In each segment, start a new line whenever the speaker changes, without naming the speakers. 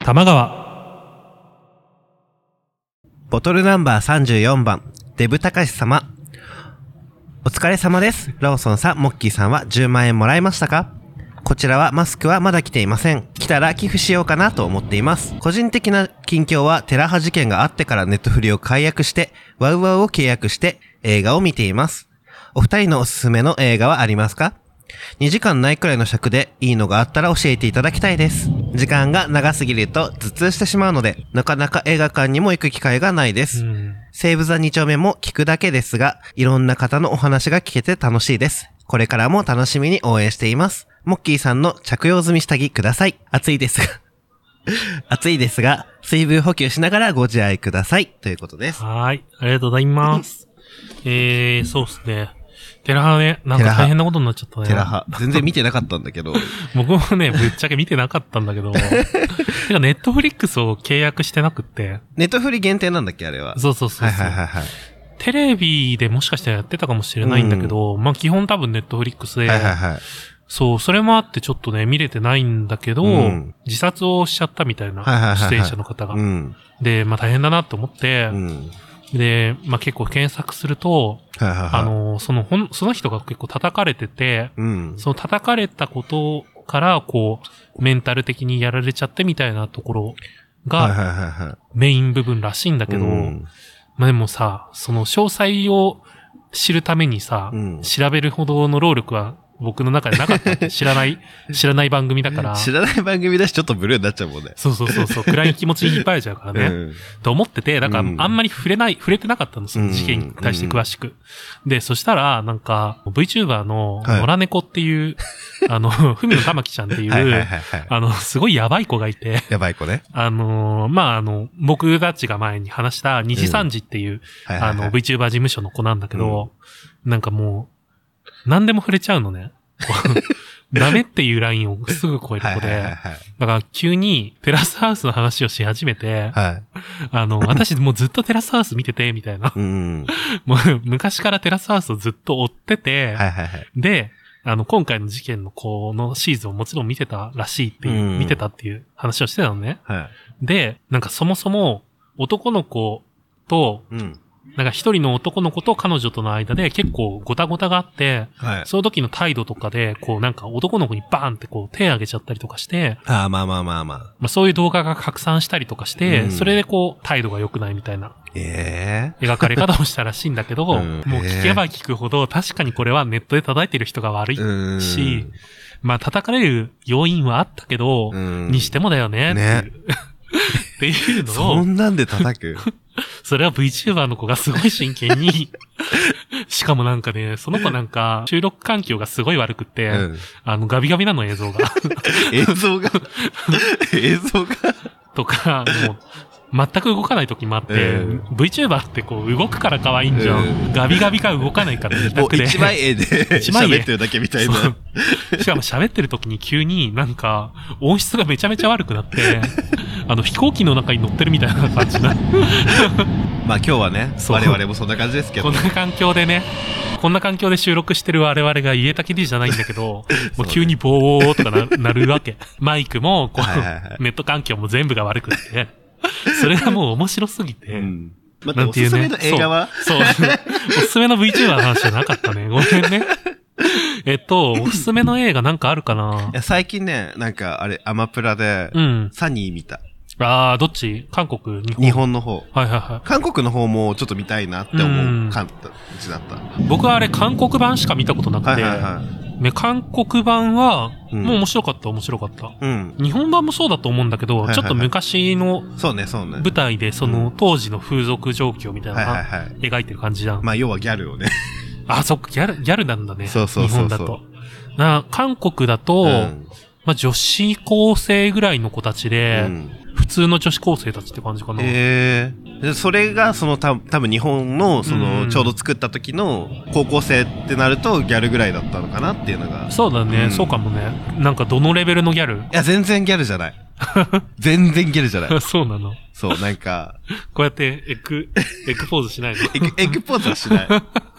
玉川
ボトルナンバー34番、デブたかし様。お疲れ様です。ローソンさん、モッキーさんは10万円もらえましたかこちらはマスクはまだ来ていません。来たら寄付しようかなと思っています。個人的な近況はテラハ事件があってからネットフリを解約して、ワウワウを契約して映画を見ています。お二人のおすすめの映画はありますか ?2 時間ないくらいの尺でいいのがあったら教えていただきたいです。時間が長すぎると頭痛してしまうので、なかなか映画館にも行く機会がないです。セーブザ2丁目も聞くだけですが、いろんな方のお話が聞けて楽しいです。これからも楽しみに応援しています。モッキーさんの着用済み下着ください。暑いですが、 暑いですが、水分補給しながらご自愛ください。ということです。
はーい。ありがとうござい ます。えー、そうですね。テラハね、なん
テラ
か
ハ
大変なことになっちゃったね。
テラハ。全然見てなかったんだ けど。
僕もね、ぶっちゃけ見てなかったんだ けど。てか、ネットフリックスを契約してなくって。
ネットフリ限定なんだっけあれは。
そうそうそうそう。
はいはいはいはい。
テレビでもしかしたらやってたかもしれないんだけど、まあ基本多分ネットフリックスで、
はいはいはい。
そう、それもあってちょっとね、見れてないんだけど、
うん
自殺をしちゃったみたいな、
はいはいはいはい
出演者の方が。
うん。
で、まあ大変だなと思って
う、ん。
で、まあ結構検索すると、
はいはいはい。
あ、の、その、ほん、その人が結構叩かれてて、
うん。
その叩かれたことから、こう、メンタル的にやられちゃってみたいなところ
はいは
が
いはいはい。
メイン部分らしいんだけど、
うん
まあでもさ、その詳細を知るためにさ、
うん
調べるほどの労力は僕の中でなかったって。知ら ない、知らない番組だから。
知らない番組だし、ちょっとブルーになっちゃうもんね。
そうそうそうそう、暗い気持ちに引っ張られちゃうからね。
うん
と思ってて、だから
うん
あんまり触れない、触れてなかったの、その事件に対して詳しく。で、そしたら、なんか、VTuber の
はい
野良猫って いう、あの、ふみのたまきちゃんっていう、
はいはいはいはい。
あの、すごいやばい子がいて、
やばい子ね。
あのーまあ、あの、僕たちが前に話した、二次
うん
三次っていう、
はいはい
あ
はい
の、VTuber 事務所の子なんだけど、なんかもう、何でも触れちゃうの ね。こうダメっていうラインをすぐ超える
はい
子
はいはい
で、
はい。
だから急にテラスハウスの話をし始めて、
はい。
あの、私もうずっとテラスハウス見てて、みたいな。
うん。は
もう昔からテラスハウスをずっと追ってて、
いはいはい。
で、あの、今回の事件のこのシーズンをもちろん見てたらしいっていう、
うん
見てたっていう話をしてたのね。
はい。
で、なんかそもそも男の子と、
うん。
なんか一人の男の子と彼女との間で結構ごたごたがあって、
はい。
その時の態度とかで、こうなんか男の子にバーンってこう手あげちゃったりとかして、
ああ、まあまあまあま
まあそういう動画が拡散したりとかして、
うん
それでこう態度が良くないみたいな
あ。ええ。
描かれ方をしたらしいんだけど、
うん
もう聞けば聞くほど、確かにこれはネットで叩いてる人が悪い。
うん。
しまあ、叩かれる要因はあったけど、
うん
にしてもだよねっていう。っていうの
そ
を、
んなんで叩く
それは VTuber の子がすごい真剣に、 しかもなんかね、その子なんか、収録環境がすごい悪くって、
うん
あの、ガビガビなの映像が、
映像が、映像が、
とか、もう、全く動かない時もあって、
うん
VTuber ってこう、動くから可愛いんじゃん。
うん
ガビガビか動かないから二
も
択
う
で。
一枚絵で
一枚絵
喋ってるだけみたいな。
そうしかも喋ってる時に急になんか音質がめちゃめちゃ悪くな って、あの飛行機の中に乗ってるみたいな感じな。
まあ今日はね、
そう
我々もそんな感じですけ
こ
ど
ん。な環境でね、こんな環境で収録してる我々が言えたきりじゃないんだけ ど、もう急にボーとかななるわけ。マイクも、こ
はいはいは
う、ネット環境も全部が悪くて、それがもう面白すぎ て、
うん。待
なん
って、お
てい
す
う
す
ね。
めの映画は
そう。そうおすすめの VTuber の話じゃなかったね。ごめんね。えっと、おすすめの映画なんかあるかない
や最近ね、なんかあれ、アマプラで、
うん。
サニー見た。
ああ、どっち韓国日本
日本の方。
はいはいは
韓国の方もちょっと見たいなって
う
思
ん。
う感じだった。はい
僕はあれ、韓国版しか見たことなくて、
いはいは
ね、韓国版は、
うん
もう面白かった、面白かった。
い。うん。
日本版もそうだと思うんだけど、
はいはいはい
ちょっと昔の
そうね、そうね。
舞台で、その、当時の風俗状況みたい
は
ないの
はい
が
はい。
描いてる感じじゃん。
まあ、要はギャルをね。
あ、そっか、ギャル、ギャルなんだね。
そうそうそうそう
日本だと。な、韓国だと、
うん
まあ、女子高生ぐらいの子たちで、
うん
普通の女子高生たちって感じかな。
ええでそれが、その、た多分日本の、その、
うん
ちょうど作った時の、高校生ってなると、ギャルぐらいだったのかなっていうのが。
そうだね、
うん
そうかもね。なんか、どのレベルのギャル
いや、全然ギャルじゃない。全然ギャルじゃない。
そうなの。
そう、なんか、
こうやって、エッグ、エッグポーズしないの
エッグエッグポーズはしない。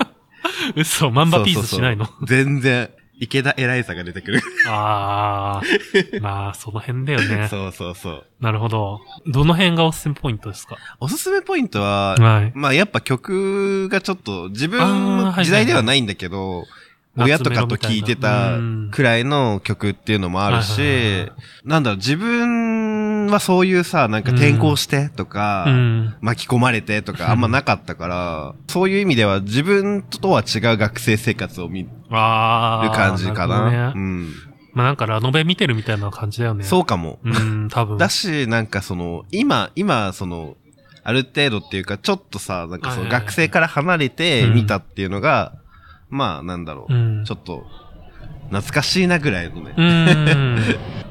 嘘、マンバピースしないの
そうそうそう全然。池田エライザが出てくる。
あ ー。まあ、その辺だよね。
そうそうそう。
なるほど。どの辺がおすすめポイントですか
おすすめポイントは、
はい。
まあやっぱ曲がちょっと自分
あーはいはい
の
はい
時代ではないんだけど、親とかと聞いてたくらいの曲っていうのもある
はいはいはい
し
は、
なんだろう、自分はそういうさ、なんか転校してとか、
うん。
巻き込まれてとかあんまなかったから、そういう意味では自分とは違う学生生活を見る
あー。
感じかな。
るほど
う
ね
ん、
まあなんかラノベ見てるみたいな感じだよね。
そうかも。
う。うん、多分。
だし、なんかその、今、今、その、ある程度っていうか、ちょっとさ、なんかそ
は
の
いはいはい
学生から離れて
うん
見たっていうのが、まあなんだろう、
うん
ちょっと、懐かしいなぐらいのね、
うーん。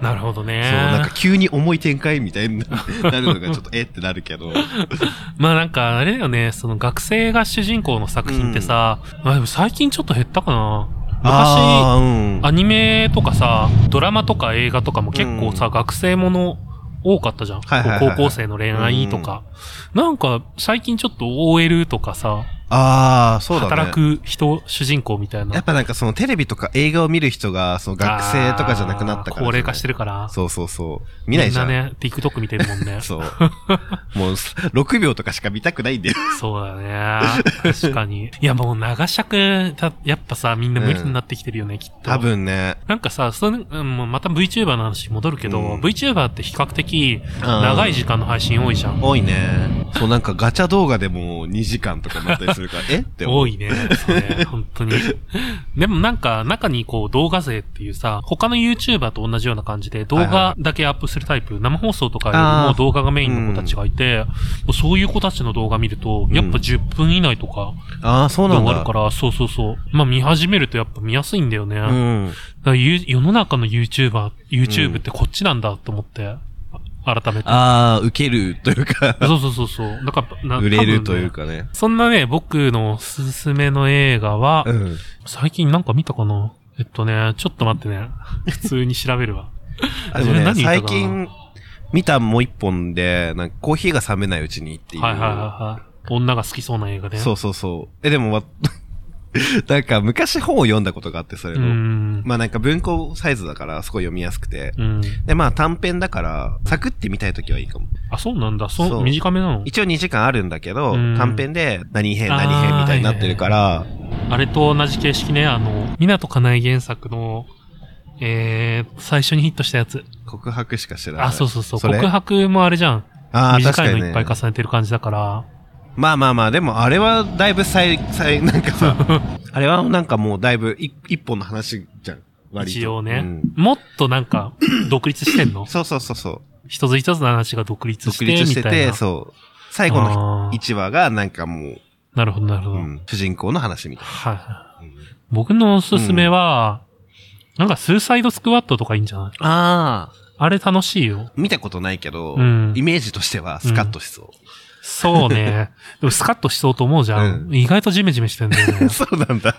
なるほどね。
そう、なんか急に重い展開みたいになるのがちょっとえってなる けど、
まあなんか、あれだよね、その学生が主人公の作品ってさ、まあでも最近ちょっと減ったかな。昔、
あー、うん。
アニメとかさ、ドラマとか映画とかも結構さ、
うん
学生もの多かったじゃん。
はいはいはいはい
こう高校生の恋愛とか。なんか、最近ちょっと OL とかさ、
ああ、そうだね。
働く人、主人公みたい
や
な
っ。ぱなんかそのテレビとか映画を見る人が、その学生とかじゃなくなったから
あー高齢化して
る。
るから。
そうそうそう。見ないじゃん。
みんなね、TikTok 見てるもんね。
そう。もう、6秒と かしか見たくないんだよ。
そうだね。確かに。いや、もう長尺、たやっぱさ、みんな無理になってきてるよね、きっと。
多。分ね。
なんかさ、その、うんもうまた VTuber の話に戻るけど、
うん
VTuber って比較的、長い時間の配信多いじゃん。
多いね。そう、なんかガチャ動画でも2時間とかなったり するから、えって思う。
多いね。それ、 本当に。でもなんか、中にこう動画勢っていうさ、他の YouTuber と同じような感じで動
はいは
画だけアップするタイプ、生放送とかより
あ
も
ー
動画がメインの子たちがいて、もうそういう子たちの動画見ると、やっぱ10分以内とか、
ああ、そう
で
なん
終わ
だ。
るから、そうそうそう。まあ見始めるとやっぱ見やすいんだよね。だ
う
か
ん。
らゆ世の中の YouTuber、YouTube ってこっちなんだと思って、あ改めて。
ああ、受けるとい うか、
そうそうそうそう。だから、な
売れるとい
多分
う
ね
かね。
そんなね、僕のおすすめの映画は、
うん。
最近なんか見たかなえっとね、ちょっと待って ね。普通に調べるわ。
あで
自
も
分
ね、
何見たかな
最近、見たもう一本で、なんかコーヒーが冷めないうちにっていう。
はいはいはいはい。女が好きそうな映画ね。。
そううそうそう。え、でも、わ なんか昔本を読んだことがあって、それ
う
の。
ん。
まあなんか文庫サイズだから、すごい読みやすくて。
うん。
で、まあ短編だから、サクって見たいときはいいかも。
あ、そうなんだ。そ、
そうう
短めなの
一応2時間あるんだけど、
うん
短編で何編何編みたいになってるから、
あれと同じ形式ね、あの、港かなえ原作の、えー、最初にヒットしたやつ。
告白しか知らない。
あ、そうそうそう。
それ
告白もあれじゃん。
ああ、確
短
か
い
に
のいっぱい
ね。
重ねてる感じだから。
まあまあまあ、でもあれはだいぶ最、最、なんか さ、あれはなんかもうだいぶい一本の話じゃん。割と。
一応ね、
うん
もっとなん か、独立してんの
そうそうそうそう。
一つ一つの話が独立して、
独
みたい
立
な。
してて、そう。最後の
あー
1話がなんかもう、
なるほど、なるほど。
うん主人公の話みたい
はいはい。
な。
僕のおすすめは、なんか、スーサイドスクワットとかいいんじゃない
ああ。
あれ楽しいよ。
見たことないけど、
うん
イメージとしてはスカッとしそう。
そうね。 でも、スカッとしそうと思うじゃん。
うん。
意外とジメジメしてんだよね
そうなんだ。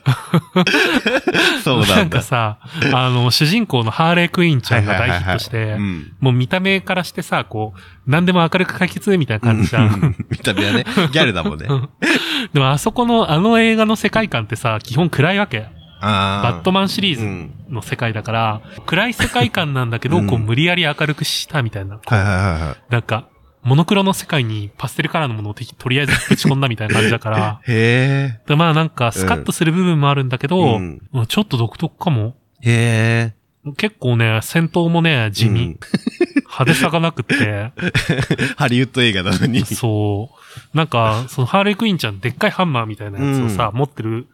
そうな
なんんか
だ。
さ、あの、主人公のハーレークイーンちゃんが大ヒットして
はいはいはいはい、うん
もう見た目からしてさ、こう、何でも明るく解決みたいな感じじゃ ん。
見た目はね、ギャルだもんね。
でもあそこの、あの映画の世界観ってさ、基本暗いわけ。バ
あ
ットマンシリ
ーう
ー
ん。
ズの世界だから、暗い世界観なんだけど、
うん
こう無理やり明るくしたみたいな。
はいはいはいはい。
なんか、モノクロの世界にパステルカラーのものをてきとりあえずぶち込んだみたいな感じだ から。
へ
でまあなんか、スカッとする部分もあるんだけど、
うん
うんちょっと独特かも。
え。へえ。
結構ね、戦闘もね、地味。
うん
派手さがなく って。
ハリウッド映画なのに。
そう。なんか、そのハーレークイーンちゃん、でっかいハンマーみたいなやつをさ、持ってる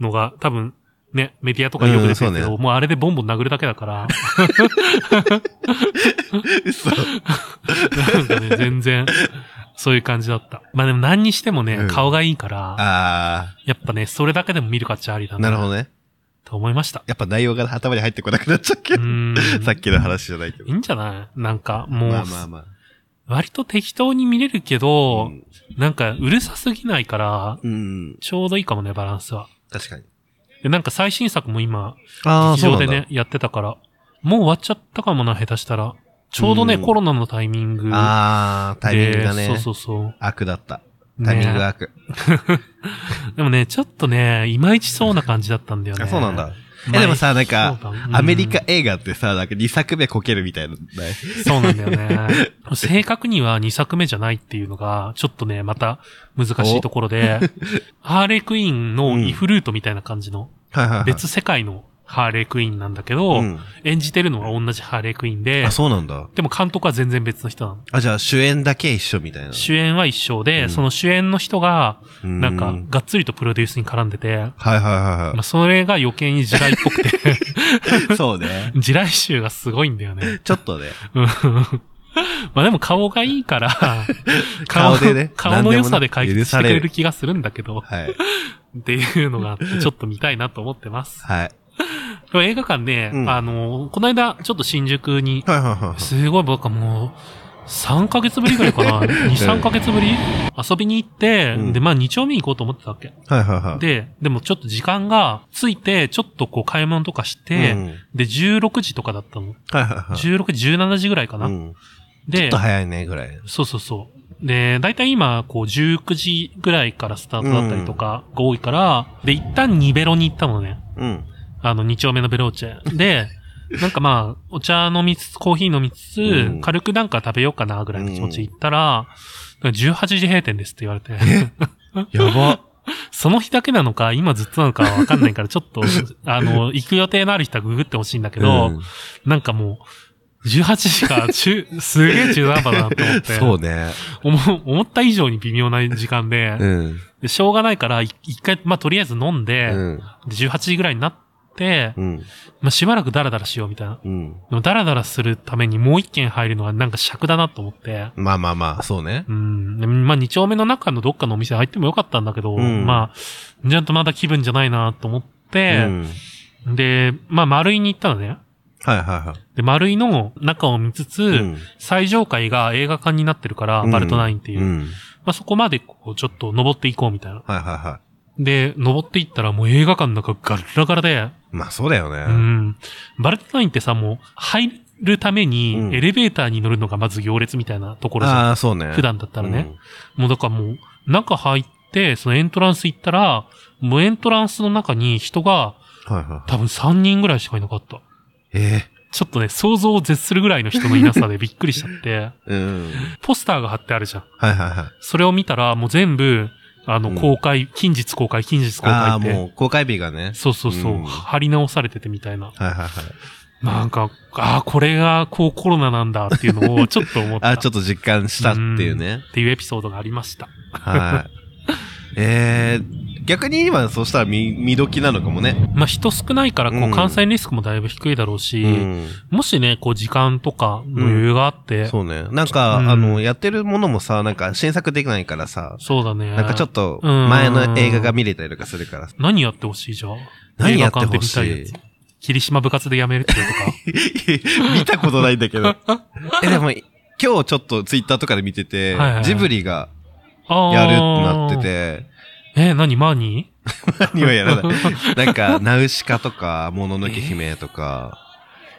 のが、多分、ね、メディアとかによく出てるけ
うん
ど、
そう
もうあれでボンボン殴るだけだから、
嘘。
なんかね、全然、そういう感じだった。まあでも何にしてもね、
うん
顔がいいから、
あ
やっぱね、それだけでも見る価値ありだ
あ。なる
な、
ほどね。
と思いま した。
やっぱ内容が頭に入ってこなくなっちゃうけ
う
ど。
ーん。
さっきの話じゃないけど
いい。んじゃないなんか、もう、
まあまあまあ。
割と適当に見れるけど、
うん
なんか、うるさすぎないから、
うん。
ちょうどいいかもね、バランスは。
確かに。
で、なんか最新作も今、
あ
劇場でね、やってたから。もう終わっちゃったかもな、下手したら。ちょうどね、
うん
コロナのタイミングで。
ああ、タイミングがね。
そうそうそう。
悪だった。タイミングが悪。
でもね、ちょっとね、いまいちそうな感じだったんだよね。
あ、そうなんだ。。え、でもさ、な
そ
ん
う
か
だう、ん
アメリカ映画ってさ、なんか2作目こけるみたいなのない。
そうなんだよ ね。正確には2作目じゃないっていうのが、ちょっとね、また難しいところ で、ハーレークイーンのイフルートみたいな感じの、
はいはいはい。
別世界のハーレークイーンなんだけど、
うん
演じてるのは同じハーレークイーンで
あ、、そうなんだ。
でも監督は全然別の人なの。
あ、じゃあ主演だけ一緒みたいな。
主演は一緒で、
うん
その主演の人が、
うん
なんか、がっつりとプロデュースに絡んでて、
はいはいはい
ま
は
あ、それが余計に地雷っぽく て、
い。そうね。
地雷臭がすごいんだよね。
ちょっとね。
うん まあでも顔がいい から、
顔でね
顔の良さで解決してくれる気がするんだけど、
はい。
っていうのがあって、ちょっと見たいなと思ってます。
はい。
でも映画館で、
うん
あの、この間、ちょっと新宿に、
はいはいはい。
すごい僕はもう、3ヶ月ぶりぐらいか な ?2、3ヶ月ぶり遊びに行って、
うん
で、まあ2丁目に行こうと思ってたわけ。
はいはいはい。
で、でもちょっと時間がついて、ちょっとこう買い物とかして、
うん
で、16時とかだったの。
はいはいはい。
16時、17時ぐらいかな。
うん
で、
ちょっと早いね、ぐらい。
そうそうそう。で、だいたい今、こう、19時ぐらいからスタートだったりとかが多いから、で、一旦ニベロに行ったのね。
うん。
あの、二丁目のベローチェ。 で、なんかまあ、お茶飲みつつ、コーヒー飲みつつ、
うん
軽くなんか食べようかな、ぐらいの気持ちで行ったら、なんか18時閉店ですって言われて、
やば。
その日だけなのか、今ずっとなのかわかんないから、ちょっと、あの、行く予定のある人はググってほしいんだけど、
うん
なんかもう、18時か、中、すげえ中途半端だなって思って。
そうね。
思思った以上に微妙な時間で、
うん。
でしょうがないから、い一回、まあ、とりあえず飲ん
う
で、
ん。
で18時ぐらいになって、
うん。
まあ、しばらくダラダラしようみたいな。
うん。
でも、ダラダラするためにもう一軒入るのはなんか尺だなと思って、
まあまあまあ、そうね。
うん、でまあ、二丁目の中のどっかのお店入ってもよかったんだけど、
うん
まあ、ちゃんとまだ気分じゃないなと思っ
う
て、
ん。
で、まあ、丸井に行ったのね。
はいはいは
で、丸井の中を見つつ、
い。うん
最上階が映画館になってるから、バルトナインっていう。
うん。
まあ、そこまでこう、ちょっと登っていこうみたいな。
はいはいは
で、登っていったらもう映画館の中ガラガラで、
い。まあそうだよ
う
ね。
ん。バルトナインってさ、もう入るため
う
に
ん
エレベーターに乗るのがまず行列みたいなところじゃん。
ああ、そうね。
普段だったらね。もうだからもう、中入って、そのエントランス行ったら、もうエントランスの中に人が
うん。はいはい。
多分3人ぐらいしかいなかった。
え
ちょっとね、想像を絶するぐらいの人のいな さでびっくりしちゃって、
え。うん。
ポスターが貼ってあるじゃん。
はいはいはい。
それを見たら、もう全部、あ
う
の、
ん
公開、近日公開、近日公
ああ
開っ
ー、も
て。
う公開日がね。
そうそうそう、
うん
貼り直されててみたいな。
はいはいはい。
なんか、ああ、これが、こう、コロナなんだっていうのを、ちょっと思っ
あ
た。
あ、ちょっ
っ
と実感したっていうね。
ていうエピソードがありました。
はい。えー、逆に今そうしたら見、見時なのかもね。
まあ、人少ないから、こ
うん
う、感染リスクもだいぶ低いだろうし、
うん。
もしね、こう、時間とかの余裕があって、そ
そうね。なんか、
うん
あの、やってるものもさ、なんか新作できないからさ
う、だね。
なんかちょっ
と。
と
うん
前の映画が見れたりとかするから。
何やってほしいじゃん。
何やってほし
映画館
い
で見たやつ霧島部活でやめるっていうとか。
見たことないんだけど。え、でも、今日ちょっとツイッターとかで見てて、
はいはいはい
ジブリが
ああ。
やるってなって。て、
えー、何マーニー
何はやらない。なんか、ナウシカとか、もののけ姫とか。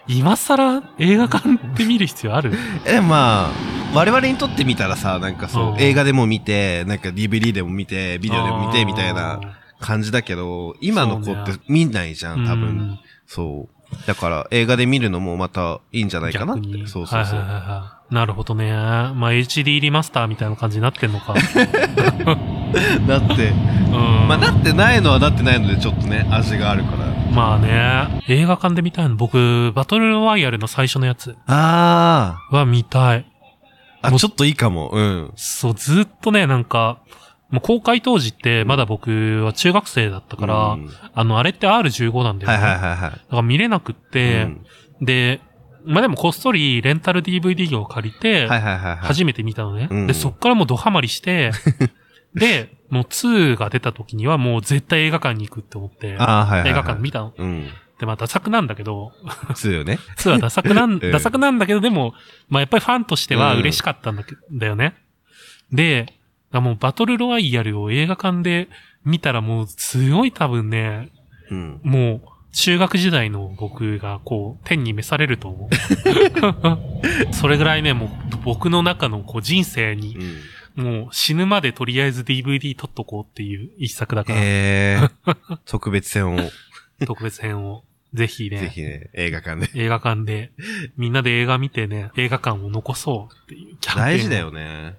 今更映画館で見る必要ある
え、まあ、我々にとってみたらさ、なんかそうう、
ん
映画でも見て、なんか DVD でも見て、 ビデオでも見て、みたいな。感じだけど、今の子って
そう
見ないじゃ
あ
ん、
ー。
多
う
分。
ん
そう。だから、映画で見るのもまたいいんじゃないかなって。
逆に
そうそうそう。
はいはいはいはいなるほどね。まあ、HD リマスターみたいな感じになってんの か。
だって、
うん。
ま
ま
あ、なってないのはなってないので、ちょっとね、味があるから。
あね。映画館で見たいの。僕、バトルロワイヤルの最初のやつ
あ
は見たい。
あ。あ、ちょっといいかも。うん。
そう、ずっとね、なんか、もう公開当時って、まだ僕は中学生だったから、
うん
あの、あれって R15 なんだよ
は
ね。
いはいはいはい。
だから見れなくって、
うん
で、まあでもこっそりレンタル DVD を借りて、
はいはいはいはい。
初めて見たのね。
うん
で、そっからもうドハマり して、で、もう2が出た時にはもう絶対映画館に行くって思って、
ああ、はいはい、はい。
映画館見たの。
うん。
で、まあ、ダサくなんだけど、
そうよね。
2はダサく なん、
ええ
ダサくなんだけど、でも、まあ、やっぱりファンとしては
うん
嬉しかったんだけ、だよね。で、あもうバトルロワイヤルを映画館で見たらもうすごい多分ね、
うん。
もう中学時代の僕がこう天に召されると思 う。それぐらいね、もう僕の中のこう人生に
うん
もう死ぬまでとりあえず DVD 撮っとこうっていう一作だから、
えー、特別編を。
特別編を。ぜひね。
ぜひね、映画 館で。
映画館で、みんなで映画見てね、映画館を残そうっていうキャンペーン。
大事だ。よね。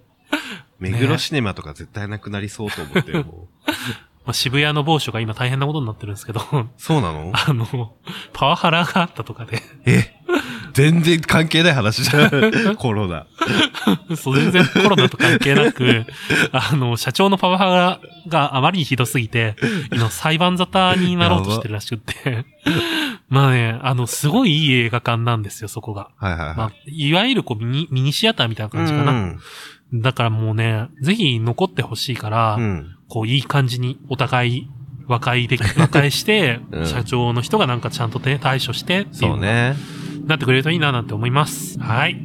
目黒シネマとか絶対なくなりそうと思ってるもん
まあ、渋谷の某所が今大変なことになってるんですけど、
そうなの
あの、パワハラがあったとかで、
え全然関係ない話じ ゃん。コロナ。
そう全然コロナと関係な く、あの、社長のパワハラがあまりにひどすぎて、今裁判沙汰になろうとしてるらしくって。 まあね、あの、すごいいい映画館なんですよ、そこが。
はいはいはい。
まあ、いわゆるこうミニ、ミニシアターみたいな感じかな。
な。
だからもうね、ぜひ残ってほしいから、
うん。
こう、いい感じにお互い和解 でき、和解して、
うん
社長の人がなんかちゃんとね、対処して、
そう。 ね。
なってくれるといいななんて思います。はい。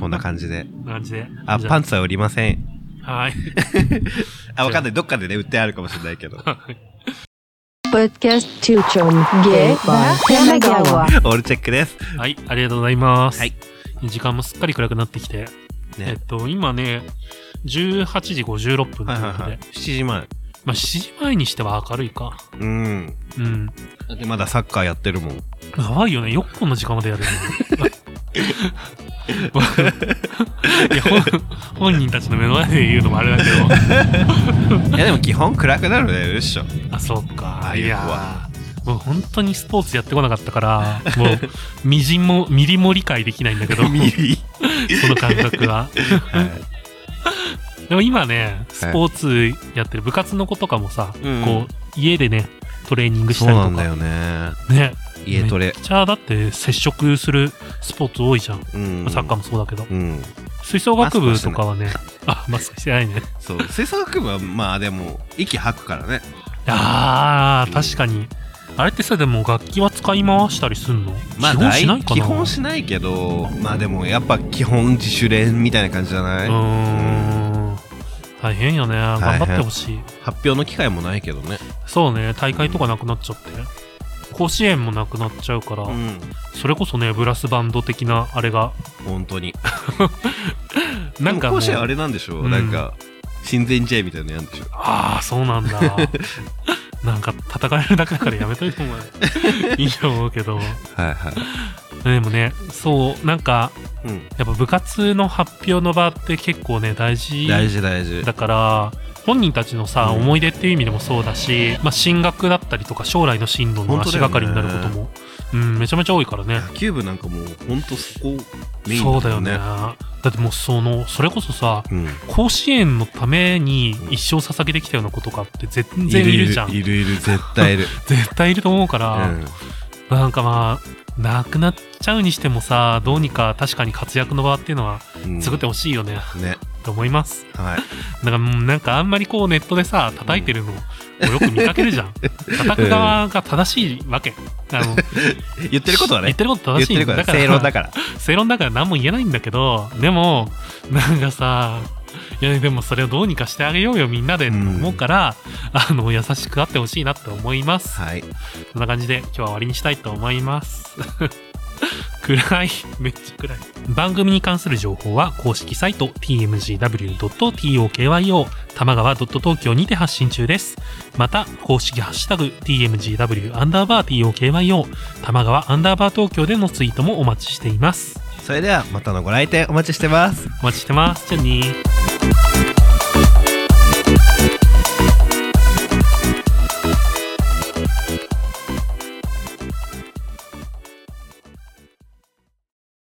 こんな感じで。
こんな感じで。
あ、
じゃ
パンツは売りません。
はい。
あ、わかんない。どっかでね、売ってあるかもしれない けど。
Podcast Tuchon Gay Bar Kanagawa.
オールチェックです。
はい、ありがとうございます。
はい。
時間もすっかり暗くなってきて。え
ね
っ。と、今ね、18時56分ということで。
はいはいはい。7時前。
まあ、7時前にしては明るいか。
うん。
うん。
だってまだサッカーやってるもん。
やばいよね。よくこんな時間までやるの いや本本人たちの目の前で言うのもあれだけど。
いやでも基本暗くなるね、うっしょ。
あ、そうか。
あい
い
や
やーもう本当にスポーツやってこなかったから、もう、みじんも、みりも理解できないんだけ ど、
ミリ。
その感覚 は。
はい。
でも今ね、スポーツやってる部活の子とかもさ、
うん
こう、家でね、トレーニングし
そう
たり
な
と
んだ
か。
よね。
ね。
家ト
めっ。
レ
ちゃ、だって接触するスポーツ多いじゃん。
うん。
サッカーもそうだけど。
うん。
吹奏楽部とかはね、あ、マスクしてないね。
そう。吹奏楽部は、まあでも、息吐くからね。
あー、確かに。あれってさ、でも楽器は使い回したりすんの
まあ、
基本しない
大
かな
基本しないけど、まあでも、やっぱ基本自主練みたいな感じじゃないう
ーん。大変よね。頑張ってほしい。
発表の機会もないけどね。
そうね、大会とかなくなっちゃって。甲子園もなくなっちゃうから、
うん。
それこそね、ブラスバンド的なあれが、
本当に。
な
なんん
か
か
もう
甲子園あれなんでしょう、
うん
なんか親善試合みたいなのやんでしょ
ああ、そうなん だ。なんか、叩かれるだけだからやめといても らえいいと思うけど。
はいはい、
でもね、そう、なんか、
うん、
やっぱ部活の発表の場って結構ね、大事
大事大事
だから、本人たちのさ、
うん
思い出っていう意味でもそうだし、まあ、進学だったりとか、将来の進路の
本当
足
だよ
が
ね
かりになることも、うん、めちゃめちゃ多いからね。
野球部なんかもうほんとそこメイン
そうだよね。だってもうその、それこそさ、
うん
甲子園のために一生捧げてきたような子とかって全然いるじゃん。
いるいる絶 対いる、
絶対いると思うか
う
ら、
ん、
なんかまあ、なくなっちゃうにしてもさ、どうにか確かに活躍の場っていうのは
うん
作ってほしいよね、
ね
と思います。
はい
だからもうなんかあんまりこうネットでさ、叩いてるのをよく見かけるじゃ ん。叩く側が正しいわけ。あの、
言ってることは
言
ね
ってること
言
正
っ
していん
ることは正論だから
正論だから何も言えないんだけど、でも、なんかさ、いやでもそれをどうにかしてあげようよみんなでと思うから、あの優しくあってほしいなって思います。
はい
そんな感じで今日は終わりにしたいと思います。 暗い。めっちゃ暗い。番組に関する情報は公式サイト tmgw.tokyo 玉川 .tokyo にて発信中です。また、公式ハッシュタグ tmgw アンダーバー tokyo 玉川アンダーバー東京でのツイートもお待ちしています。
それではまたのご来店お待ちしてます
お待ちしてます。じゃあねー。